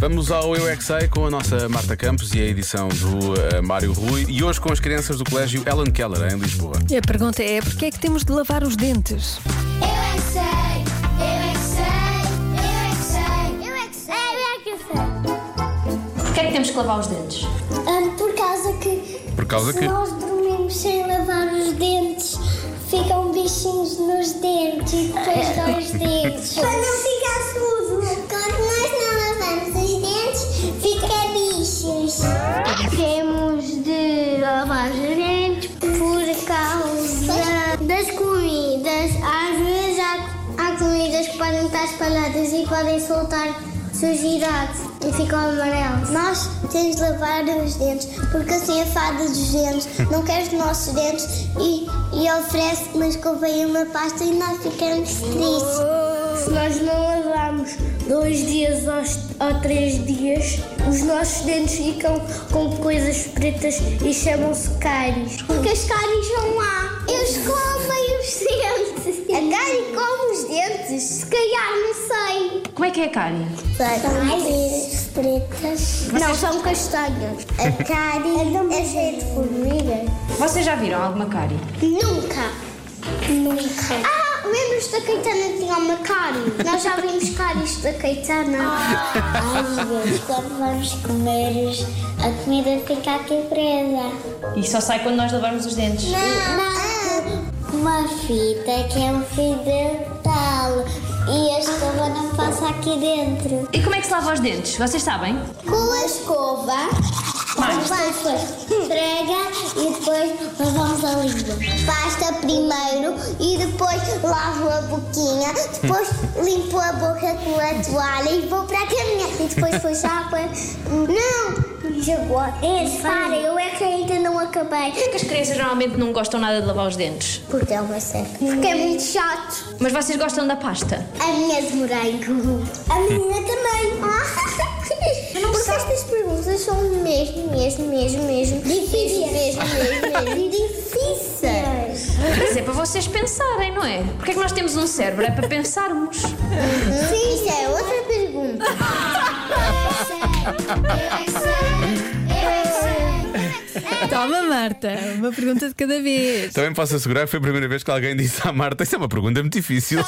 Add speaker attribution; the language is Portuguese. Speaker 1: Vamos ao Eu é que Sei com a nossa Marta Campos e a edição do eh, Mário Rui e hoje com as crianças do Colégio Ellen Keller, em Lisboa.
Speaker 2: E a pergunta é: porquê é que temos de lavar os dentes?
Speaker 3: Eu é que sei, eu é que sei, eu é que sei, eu é que sei, eu é que sei.
Speaker 4: Porquê é que temos que lavar os dentes?
Speaker 3: por causa que.
Speaker 1: Por causa
Speaker 3: se
Speaker 1: que-
Speaker 3: nós dormimos sem lavar os dentes, ficam bichinhos nos dentes e depois dá os dentes. Quando fica sujo. Quando nós não lavamos os dentes, fica bichos. Temos de lavar os dentes por causa das comidas. Às vezes há, há comidas que podem estar espalhadas e podem soltar sujidade e ficam amarelos. Nós temos de lavar os dentes porque assim a fada dos dentes não quer os nossos dentes e, e oferece uma escova e uma pasta e nós ficamos tristes.
Speaker 5: Se nós não lavarmos dois dias aos- ou, três dias, os nossos dentes ficam com coisas pretas e chamam-se cáries.
Speaker 3: Porque as cáries vão lá. Eles comem os dentes. A cárie come os dentes? Se calhar, não sei.
Speaker 4: Como é que é a cárie?
Speaker 3: Cáries pretas. Não, são castanhas. A cárie é cheia de formigas.
Speaker 4: Vocês já viram alguma cárie?
Speaker 3: Nunca. Nunca. Ah, lembras da Caetana tinha uma cárie? Nós já vimos cáries da Caetana. Ai, Deus, Ah, quando vamos comer, a comida fica aqui presa.
Speaker 4: E só sai quando nós lavarmos os dentes.
Speaker 3: Não. Uma fita que é um fio dental e a escova não passa aqui dentro.
Speaker 4: E como é que se lava os dentes? Vocês sabem?
Speaker 3: Com a escova,
Speaker 4: Mais.
Speaker 3: esfrega e depois lavamos a língua. Pasta primeiro e depois lavo a boquinha, depois limpo a boca com a toalha e vou para a caminha. E depois foi já para. Não! Chegou. Para, eu é que ainda não acabei.
Speaker 4: Porquê é que as crianças normalmente não gostam nada de lavar os dentes?
Speaker 3: Porque é uma seca. Porque é muito chato.
Speaker 4: Mas vocês gostam da pasta?
Speaker 3: A minha de morango. A minha também. Porque estas perguntas são mesmo, mesmo, mesmo, mesmo. Difíceis. Mesmo, mesmo, mesmo. Difíceis.
Speaker 4: Mas é para vocês pensarem, não é? Porquê é que nós temos um cérebro? É para pensarmos.
Speaker 3: Sim, isso é outra pergunta.
Speaker 2: Toma, Marta! Uma pergunta de cada vez.
Speaker 1: Também posso assegurar que foi a primeira vez que alguém disse à Marta: Isso é uma pergunta muito difícil.